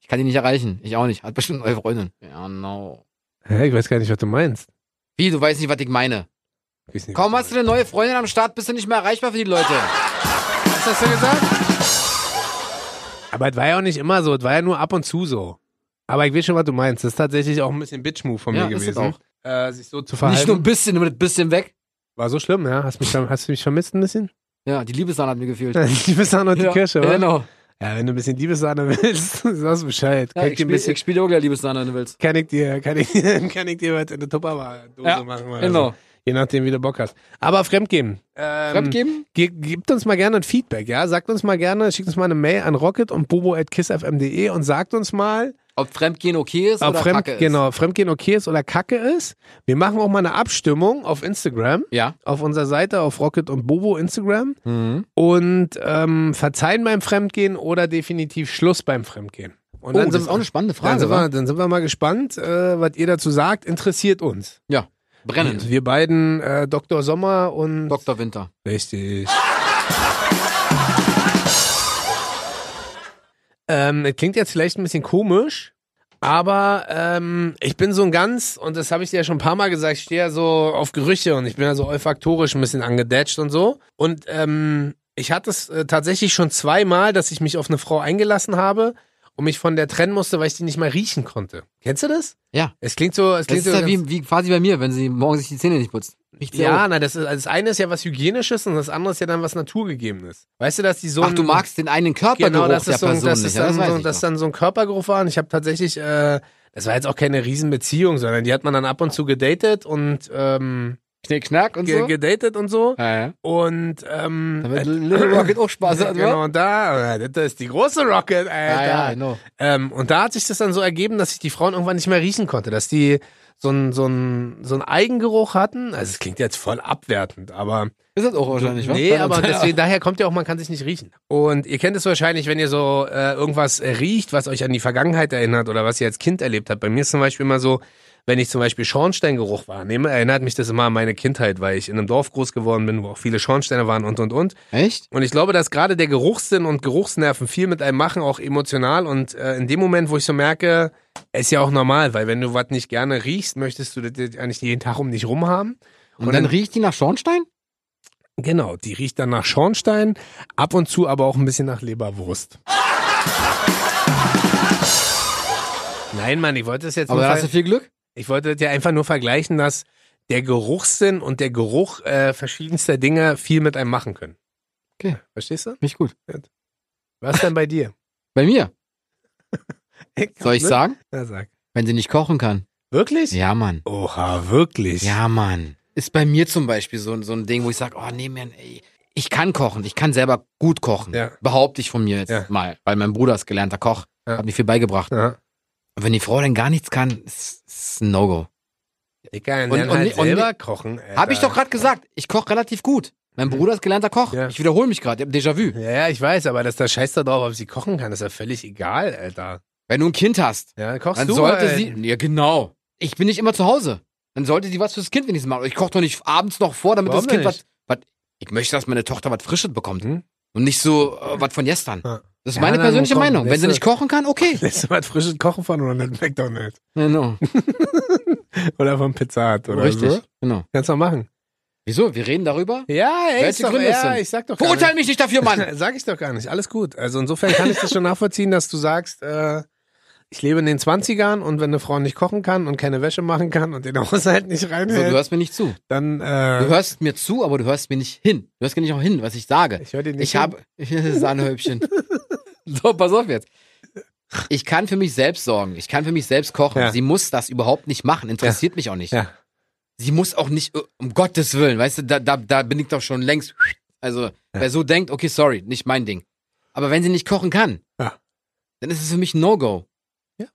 A: Ich kann ihn nicht erreichen. Ich auch nicht. Hat bestimmt eine neue Freundin. Ja, no.
B: Hä, ich weiß gar nicht, was du meinst.
A: Wie, du weißt nicht, was ich meine.
B: Ich weiß nicht,
A: Kaum
B: was
A: hast du eine neue Freundin am Start, bist du nicht mehr erreichbar für die Leute. Was hast du gesagt?
B: Aber es war ja auch nicht immer so, es war ja nur ab und zu so. Aber ich weiß schon, was du meinst. Das ist tatsächlich auch ein bisschen Bitch-Move von
A: Ja,
B: mir
A: ist es
B: gewesen.
A: auch.
B: Äh, sich so zu verhalten.
A: Nicht nur ein bisschen, nur ein bisschen weg.
B: war so schlimm, ja? Hast, mich, dann- hast du mich vermisst ein bisschen?
A: Ja, die Liebesahne hat mir gefehlt.
B: du bist auch noch die
A: ja,
B: Kirsche, oder?
A: Genau.
B: Ja, wenn du ein bisschen Liebessahne willst, sagst Bescheid.
A: Ja,
B: Kann
A: ich
B: ich dir ein bisschen
A: spiele spiel auch gleich Liebesahne, wenn du willst.
B: kann ich dir, kann ich, dir- kann ich dir was in der Tupperware-Dose
A: Ja,
B: machen. Oder
A: Genau.
B: So. Je nachdem, wie du Bock hast. Aber fremdgeben. Ähm,
A: Fremdgeben?
B: Ge gebt uns mal gerne ein Feedback, ja? Sagt uns mal gerne, schickt uns mal eine Mail an rocket und bobo at kissfm.de und sagt uns mal,
A: Ob Fremdgehen okay ist
B: ob
A: oder
B: Fremd,
A: Kacke ist.
B: genau, Fremdgehen okay ist oder Kacke ist. Wir machen auch mal eine Abstimmung auf Instagram,
A: Ja. Oh,
B: auf unserer Seite, auf rocket und bobo Instagram
A: Mhm.
B: und ähm, verzeihen beim Fremdgehen oder definitiv Schluss beim Fremdgehen. Und
A: Oh,
B: dann
A: das
B: sind
A: ist auch eine spannende
B: dann
A: Frage.
B: sind, wir,
A: wa?
B: dann sind wir mal gespannt, äh, was ihr dazu sagt. Interessiert uns.
A: Ja. Brennend.
B: Wir beiden, äh, Dr. Sommer und.
A: Dr. Winter.
B: Richtig. Ähm, das klingt jetzt vielleicht ein bisschen komisch, aber ähm, ich bin so ein ganz, und das habe ich dir ja schon ein paar Mal gesagt, ich stehe ja so auf Gerüche und ich bin ja so olfaktorisch ein bisschen angedatscht und so. Und ähm, ich hatte es äh, tatsächlich schon zweimal, dass ich mich auf eine Frau eingelassen habe und mich von der trennen musste, weil ich die nicht mal riechen konnte. Kennst du das?
A: Ja.
B: Es klingt so,
A: Das
B: es klingt
A: ist
B: so
A: ja
B: ganz-
A: wie, wie quasi bei mir, wenn sie morgen sich die Zähne nicht putzt. Riecht sie
B: ja,
A: auch.
B: na, das, ist, das eine ist ja was Hygienisches und das andere ist ja dann was Naturgegebenes. Weißt du, dass die so
A: Ach,
B: ein-
A: du magst den eigenen Körpergeruch
B: genau, das
A: der
B: ist so, ein-
A: Person
B: das
A: nicht.
B: ist
A: ja,
B: dann,
A: das
B: so,
A: weiß ich
B: dass
A: doch.
B: dann so ein Körpergeruch war und ich habe tatsächlich, äh, das war jetzt auch keine Riesenbeziehung, sondern die hat man dann ab und zu gedatet und ähm,
A: Knickknack und
B: ge Äh,
A: so.
B: gedatet und so
A: Ja, ja.
B: und ähm,
A: Damit Little Rocket auch Spaß hat, wa?
B: genau, und da, äh, das ist die große Rocket, Alter.
A: Ja, ja, genau.
B: Ähm, und da hat sich das dann so ergeben, dass ich die Frauen irgendwann nicht mehr riechen konnte, dass die so ein so ein so ein Eigengeruch hatten. Also es klingt jetzt voll abwertend, aber
A: Ist das auch wahrscheinlich, wa?
B: Nee,
A: Kann
B: aber
A: sein, ja.
B: deswegen, daher kommt ja auch, man kann sich nicht riechen. Und ihr kennt es wahrscheinlich, wenn ihr so äh, irgendwas äh, riecht, was euch an die Vergangenheit erinnert oder was ihr als Kind erlebt habt. Bei mir ist zum Beispiel immer so, wenn ich zum Beispiel Schornsteingeruch wahrnehme, erinnert mich das immer an meine Kindheit, weil ich in einem Dorf groß geworden bin, wo auch viele Schornsteine waren und und und.
A: Echt?
B: Und ich glaube, dass gerade der Geruchssinn und Geruchsnerven viel mit einem machen, auch emotional. Und äh, in dem Moment, wo ich so merke, ist ja auch normal, weil wenn du was nicht gerne riechst, möchtest du das eigentlich jeden Tag um dich rum haben.
A: Und, dann riecht die nach Schornstein?
B: Genau, die riecht dann nach Schornstein, ab und zu aber auch ein bisschen nach Leberwurst. Nein, Mann, ich wollte es jetzt
A: Aber
B: nur
A: dann hast du
B: ver-
A: viel Glück.
B: ich wollte das ja einfach nur vergleichen, dass der Geruchssinn und der Geruch äh, verschiedenster Dinge viel mit einem machen können.
A: Okay.
B: Verstehst du?
A: Nicht gut.
B: Was denn bei dir?
A: Bei mir,
B: Ich hab
A: soll ich
B: ne-
A: sagen?
B: Ja, sag.
A: Wenn sie nicht kochen kann.
B: Wirklich?
A: Ja, Mann.
B: Oha, wirklich?
A: Ja, Mann. Ist bei mir zum Beispiel so, so ein Ding, wo ich sage, oh nee, man, ey, ich kann kochen, ich kann selber gut kochen.
B: Ja.
A: Behaupte ich von mir jetzt
B: Ja.
A: mal, weil mein Bruder ist gelernter Koch,
B: Ja.
A: hat mir viel beigebracht.
B: Ja.
A: Und wenn die Frau dann gar nichts kann, ist, ist ein No-Go.
B: Ich kann
A: Und-
B: und,
A: und-
B: halt
A: und-
B: selber kochen. Alter.
A: Hab ich doch gerade gesagt, ich koche relativ gut. Mein Bruder ist gelernter Koch.
B: Ja.
A: Ich wiederhole mich gerade, ich hab Déjà-vu.
B: Ja, ja, ich weiß, aber dass da Scheiß da drauf, ob sie kochen kann, ist ja völlig egal, Alter.
A: Wenn du ein Kind hast,
B: Ja, kochst
A: dann
B: du
A: sollte
B: halt.
A: sie. Ja, genau. äh, Ich bin nicht immer zu Hause. Dann sollte sie was fürs Kind wenigstens machen. Ich koche doch nicht abends noch vor, damit
B: Warum
A: das Kind was,
B: nicht?
A: was. Ich möchte, dass meine Tochter was Frisches bekommt.
B: Hm?
A: Und nicht so äh, was von gestern.
B: Ja.
A: Das ist
B: Ja,
A: meine
B: na,
A: persönliche
B: komm,
A: Meinung. Wenn sie
B: letzte-
A: nicht kochen kann, okay.
B: Lässt du mal frisches Kochen von Ronald McDonald
A: Genau.
B: oder von Pizza Hut oder
A: Richtig.
B: so.
A: Genau.
B: Kannst du machen.
A: Wieso? Wir reden darüber?
B: Ja, ey,
A: Welche
B: ist doch,
A: Gründe es
B: ja,
A: sind?
B: ich sag doch gar
A: Verurteil
B: nicht.
A: mich nicht dafür, Mann!
B: Sag ich doch gar nicht. Alles gut. Also insofern kann ich das schon nachvollziehen, dass du sagst, äh, ich lebe in den 20ern und wenn eine Frau nicht kochen kann und keine Wäsche machen kann und den Haushalt nicht
A: So, du
B: reinhält,
A: hörst mir nicht zu.
B: dann
A: Du
B: äh,
A: hörst mir zu, aber du hörst mir nicht hin. Du hörst mir nicht auch hin, was ich sage.
B: ich höre dir nicht.
A: Ich habe Sahnehäubchen. So, pass auf jetzt. Ich kann für mich selbst sorgen. Ich kann für mich selbst kochen.
B: Ja.
A: Sie muss das überhaupt nicht machen. Interessiert mich auch nicht.
B: Ja.
A: Sie muss auch nicht, äh, um Gottes Willen, weißt du, da, da, da bin ich doch schon längst. Also, wer so denkt, okay, sorry, nicht mein Ding. Aber wenn sie nicht kochen kann,
B: Ja.
A: dann ist es für mich ein No-Go.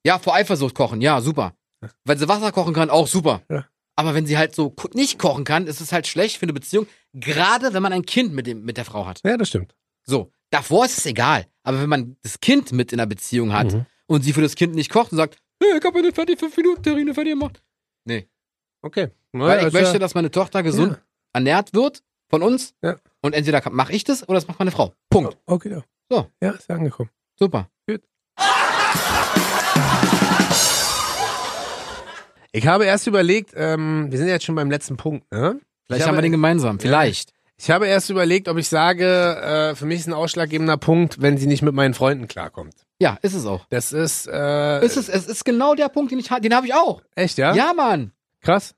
B: Ja.
A: vor Eifersucht kochen, ja, super. Wenn sie Wasser kochen kann, auch super.
B: Ja.
A: Aber wenn sie halt so ko nicht kochen kann, ist es halt schlecht für eine Beziehung, gerade wenn man ein Kind mit, dem, mit der Frau hat.
B: Ja, das stimmt.
A: So, davor ist es egal. Aber wenn man das Kind mit in der Beziehung hat
B: Mhm.
A: und sie für das Kind nicht kocht und sagt, hey, ich habe eine fertig fünf Minuten Terrine fertig gemacht.
B: Okay.
A: Weil ich möchte, dass meine Tochter gesund
B: also Ja.
A: ernährt wird von uns.
B: Ja.
A: Und entweder mache ich das oder das macht meine Frau. Punkt.
B: Oh, Okay, ja.
A: So.
B: Ja, ist ja angekommen.
A: Super.
B: Ich habe erst überlegt, ähm, wir sind ja jetzt schon beim letzten Punkt, ne?
A: Vielleicht
B: Ich
A: haben
B: habe-
A: wir den gemeinsam. Vielleicht.
B: Ich habe erst überlegt, ob ich sage, äh, für mich ist ein ausschlaggebender Punkt, wenn sie nicht mit meinen Freunden klarkommt.
A: Ja, ist es auch.
B: Das ist, äh,
A: Ist es, es ist genau der Punkt, den ich hatte. Den habe ich auch.
B: echt, ja?
A: Ja, Mann.
B: Krass.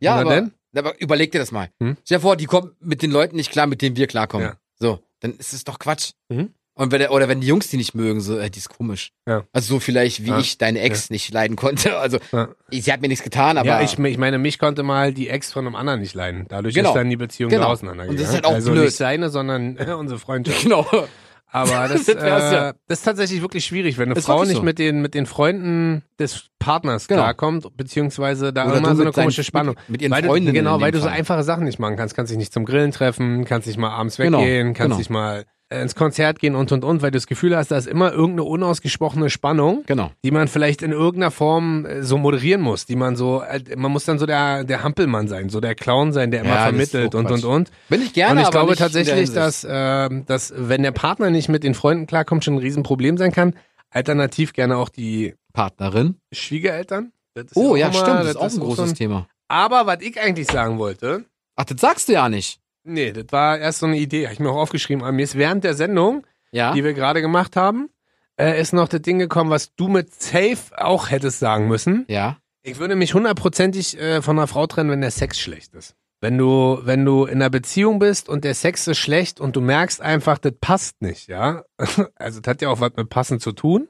A: Ja,
B: Na
A: aber,
B: denn?
A: aber überleg dir das mal.
B: Hm?
A: Stell dir vor, die kommt mit den Leuten nicht klar, mit denen wir klarkommen.
B: Ja.
A: So, dann ist es doch Quatsch.
B: Mhm.
A: Und wenn der, oder wenn die Jungs die nicht mögen, so, äh, die ist komisch.
B: Ja.
A: Also so vielleicht, wie
B: Ja.
A: ich deine Ex nicht leiden konnte. Also
B: Ja.
A: sie hat mir nichts getan, aber
B: ja, ich, ich meine, mich konnte mal die Ex von einem anderen nicht leiden. Dadurch
A: Genau.
B: ist dann die Beziehung
A: Genau.
B: genau.
A: Und
B: auseinandergegangen.
A: das ist halt auch
B: also
A: blöd.
B: nicht seine, sondern äh, unsere Freundschaft.
A: genau.
B: Aber das,
A: Das wär's ja.
B: äh, das ist tatsächlich wirklich schwierig, wenn eine
A: Ist
B: Frau
A: wirklich
B: nicht
A: so.
B: mit, den, mit den Freunden des Partners
A: Genau.
B: klarkommt, beziehungsweise da
A: Oder
B: immer
A: du
B: so eine
A: mit deinen-
B: komische Spannung.
A: mit- mit ihren
B: weil du,
A: Freundinnen in
B: Genau, weil
A: dem
B: du so
A: Fall.
B: einfache Sachen nicht machen kannst. Kannst dich nicht zum Grillen treffen, kannst dich mal abends
A: Genau,
B: weggehen, kannst
A: genau.
B: dich mal äh, ins Konzert gehen und und und, weil du das Gefühl hast, da ist immer irgendeine unausgesprochene Spannung
A: Genau.
B: die man vielleicht in irgendeiner Form äh, so moderieren muss, die man so, äh, man muss dann so der, der Hampelmann sein, so der Clown sein, der immer
A: Ja, das ist
B: vermittelt
A: auch
B: und, und,
A: Quatsch.
B: und.
A: Bin ich gerne,
B: und ich
A: aber
B: glaube
A: nicht in der
B: tatsächlich,
A: Hinsicht.
B: dass, ähm, dass wenn der Partner nicht mit den Freunden klarkommt, schon ein Riesenproblem sein kann. Alternativ gerne auch die
A: Partnerin.
B: Schwiegereltern. Das ist
A: Oh
B: auch
A: ja,
B: immer-
A: stimmt, das ist auch ein
B: so
A: großes
B: ein-
A: Thema.
B: Aber was ich eigentlich sagen wollte,
A: Ach, das sagst du ja nicht.
B: nee, das war erst so eine Idee, habe ich mir auch aufgeschrieben, aber mir ist während der Sendung
A: Ja.
B: die wir gerade gemacht haben, äh, ist noch das Ding gekommen, was du mit Safe auch hättest sagen müssen.
A: Ja.
B: Ich würde mich hundertprozentig äh, von einer Frau trennen, wenn der Sex schlecht ist. Wenn du, wenn du in einer Beziehung bist und der Sex ist schlecht und du merkst einfach, das passt nicht, ja. Also das hat ja auch was mit passen zu tun.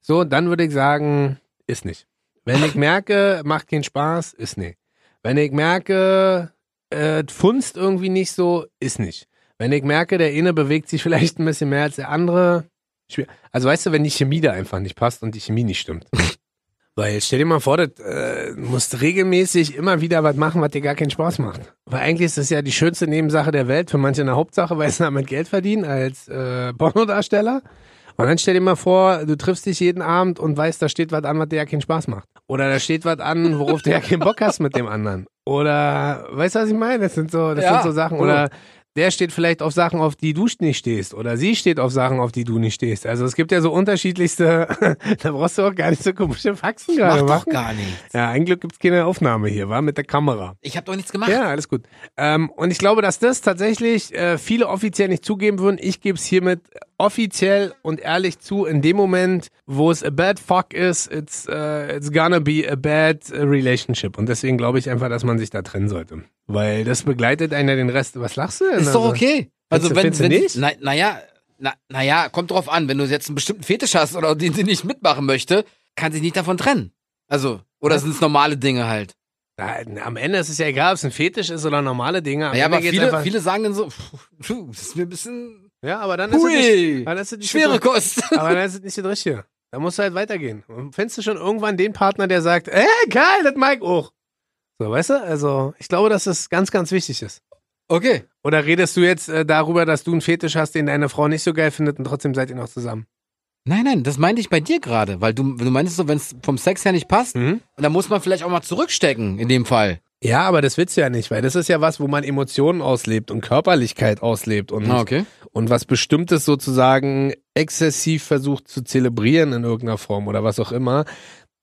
B: So, dann würde ich sagen, ist nicht. Wenn ich merke, macht keinen Spaß, ist nee. Wenn ich merke, äh, funzt irgendwie nicht so, ist nicht. Wenn ich merke, der eine bewegt sich vielleicht ein bisschen mehr als der andere, schwer. Also weißt du, wenn die Chemie da einfach nicht passt und die Chemie nicht stimmt. Weil stell dir mal vor, du äh, musst regelmäßig immer wieder was machen, was dir gar keinen Spaß macht. Weil eigentlich ist das ja die schönste Nebensache der Welt, für manche eine Hauptsache, weil sie damit Geld verdienen als äh, Pornodarsteller. Und dann stell dir mal vor, du triffst dich jeden Abend und weißt, da steht was an, was dir ja keinen Spaß macht. Oder da steht was an, worauf du ja keinen Bock hast mit dem anderen. Oder, weißt du, was ich meine? Das sind so, das
A: Ja,
B: sind so Sachen.
A: gut.
B: Oder der steht vielleicht auf Sachen, auf die du nicht stehst. Oder sie steht auf Sachen, auf die du nicht stehst. Also es gibt ja so unterschiedlichste, da brauchst du auch gar nicht so komische Faxen
A: Mach
B: gerade
A: doch
B: machen.
A: gar nichts.
B: Ja, ein Glück gibt's keine Aufnahme hier, war mit der Kamera.
A: Ich habe doch nichts gemacht.
B: Ja, alles gut. Ähm, und ich glaube, dass das tatsächlich äh, viele offiziell nicht zugeben würden. Ich gebe es hiermit offiziell und ehrlich zu. In dem Moment, wo es a bad fuck ist, it's, äh, it's gonna be a bad äh, relationship. Und deswegen glaube ich einfach, dass man sich da trennen sollte. Weil das begleitet einer den Rest. Was lachst du denn?
A: Ist doch
B: Also,
A: okay. Also
B: du-
A: wenn,
B: findest du
A: wenn
B: nicht?
A: Na, naja, na, naja, kommt drauf an, wenn du jetzt einen bestimmten Fetisch hast oder den sie nicht mitmachen möchte, kann sie nicht davon trennen. Also, oder sind es normale Dinge halt?
B: Na, am Ende ist es ja egal, ob es ein Fetisch ist oder normale Dinge. Am
A: Naja,
B: Ende
A: aber
B: geht's
A: viele,
B: einfach,
A: viele sagen dann so, pff, pff, das ist mir ein bisschen
B: Ja, aber dann ist es nicht,
A: hui,
B: dann ist es nicht
A: schwere Kost.
B: Aber dann ist es nicht das Richtige. Da musst du halt weitergehen. Und findest du schon irgendwann den Partner, der sagt, ey, geil, das mag ich auch. So, weißt du? Also, ich glaube, dass das ganz, ganz wichtig ist.
A: Okay.
B: Oder redest du jetzt äh, darüber, dass du einen Fetisch hast, den deine Frau nicht so geil findet und trotzdem seid ihr noch zusammen?
A: Nein, nein, das meinte ich bei dir gerade, weil du, du meinst so, wenn es vom Sex her nicht passt,
B: Mhm.
A: und dann muss man vielleicht auch mal zurückstecken in dem Fall.
B: Ja, aber das willst du ja nicht, weil das ist ja was, wo man Emotionen auslebt und Körperlichkeit auslebt und,
A: Ah, okay.
B: und was Bestimmtes sozusagen exzessiv versucht zu zelebrieren in irgendeiner Form oder was auch immer.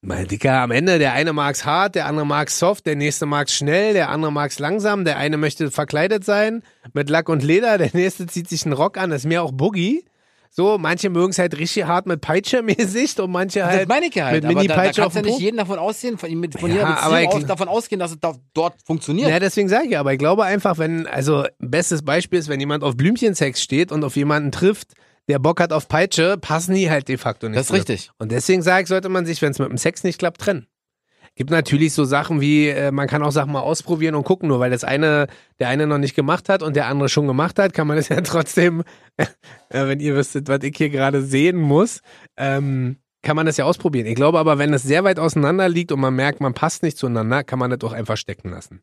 B: Mein Dicker, am Ende, der eine mag's hart, der andere mag's soft, der nächste mag's schnell, der andere mag's langsam, der eine möchte verkleidet sein mit Lack und Leder, der nächste zieht sich einen Rock an, das ist mir auch Boogie. So, manche mögen's halt richtig hart mit Peitsche mäßig und manche
A: Das
B: halt.
A: meine ich ja halt,
B: mit
A: aber da, da
B: Mini-Peitsche auf
A: kannst ja
B: den
A: nicht
B: Po?
A: jeden davon ausgehen, von, mit- von
B: Ja,
A: jeder
B: aber ich-
A: Beziehung aus, davon ausgehen, dass es da, dort funktioniert.
B: Ja, deswegen sage ich, aber ich glaube einfach, wenn, also bestes Beispiel ist, wenn jemand auf Blümchensex steht und auf jemanden trifft, der Bock hat auf Peitsche, passen die halt de facto nicht.
A: das ist
B: zusammen.
A: richtig.
B: Und deswegen sage ich, sollte man sich, wenn es mit dem Sex nicht klappt, trennen. Gibt natürlich so Sachen wie, äh, man kann auch Sachen mal ausprobieren und gucken, nur weil das eine, der eine noch nicht gemacht hat und der andere schon gemacht hat, kann man das ja trotzdem, äh, wenn ihr wüsstet, was ich hier gerade sehen muss, ähm, kann man das ja ausprobieren. Ich glaube aber, wenn es sehr weit auseinander liegt und man merkt, man passt nicht zueinander, kann man das auch einfach stecken lassen.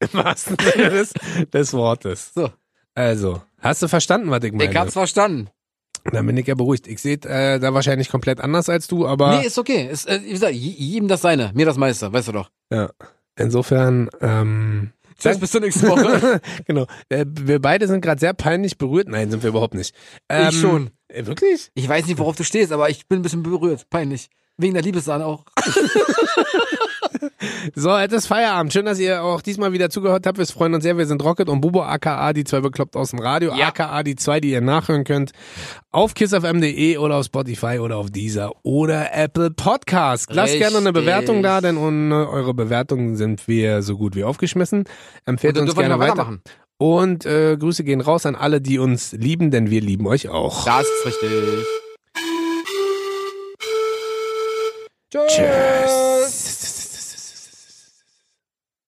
B: Im wahrsten Sinne des, des Wortes.
A: So.
B: Also, hast du verstanden, was ich meine?
A: Ich hab's verstanden.
B: Dann bin ich ja beruhigt. Ich sehe äh, da wahrscheinlich komplett anders als du, aber
A: Nee, ist okay. Ist, äh, wie gesagt, je- jedem das seine. Mir das meiste, weißt du doch.
B: ja. insofern, ähm,
A: Tschüss, bis zur nächsten Woche.
B: genau. Äh, wir beide sind gerade sehr peinlich berührt. Nein, sind wir überhaupt nicht. Ähm,
A: schon.
B: Äh, wirklich?
A: Ich weiß nicht, worauf du stehst, aber ich bin ein bisschen berührt. Peinlich. Wegen der Liebessahne auch.
B: So, jetzt ist Feierabend. Schön, dass ihr auch diesmal wieder zugehört habt. Wir freuen uns sehr. Wir sind Rocket und Bubo, aka die zwei bekloppt aus dem Radio,
A: Ja.
B: aka die zwei, die ihr nachhören könnt. Auf kissfm.de oder auf Spotify oder auf Deezer oder Apple Podcast. Lasst
A: Richtig.
B: gerne eine Bewertung da, denn ohne eure Bewertungen sind wir so gut wie aufgeschmissen. Empfehlt uns gerne weiter. Und äh, Grüße gehen raus an alle, die uns lieben, denn wir lieben euch auch.
A: Das ist richtig.
B: Tschüss.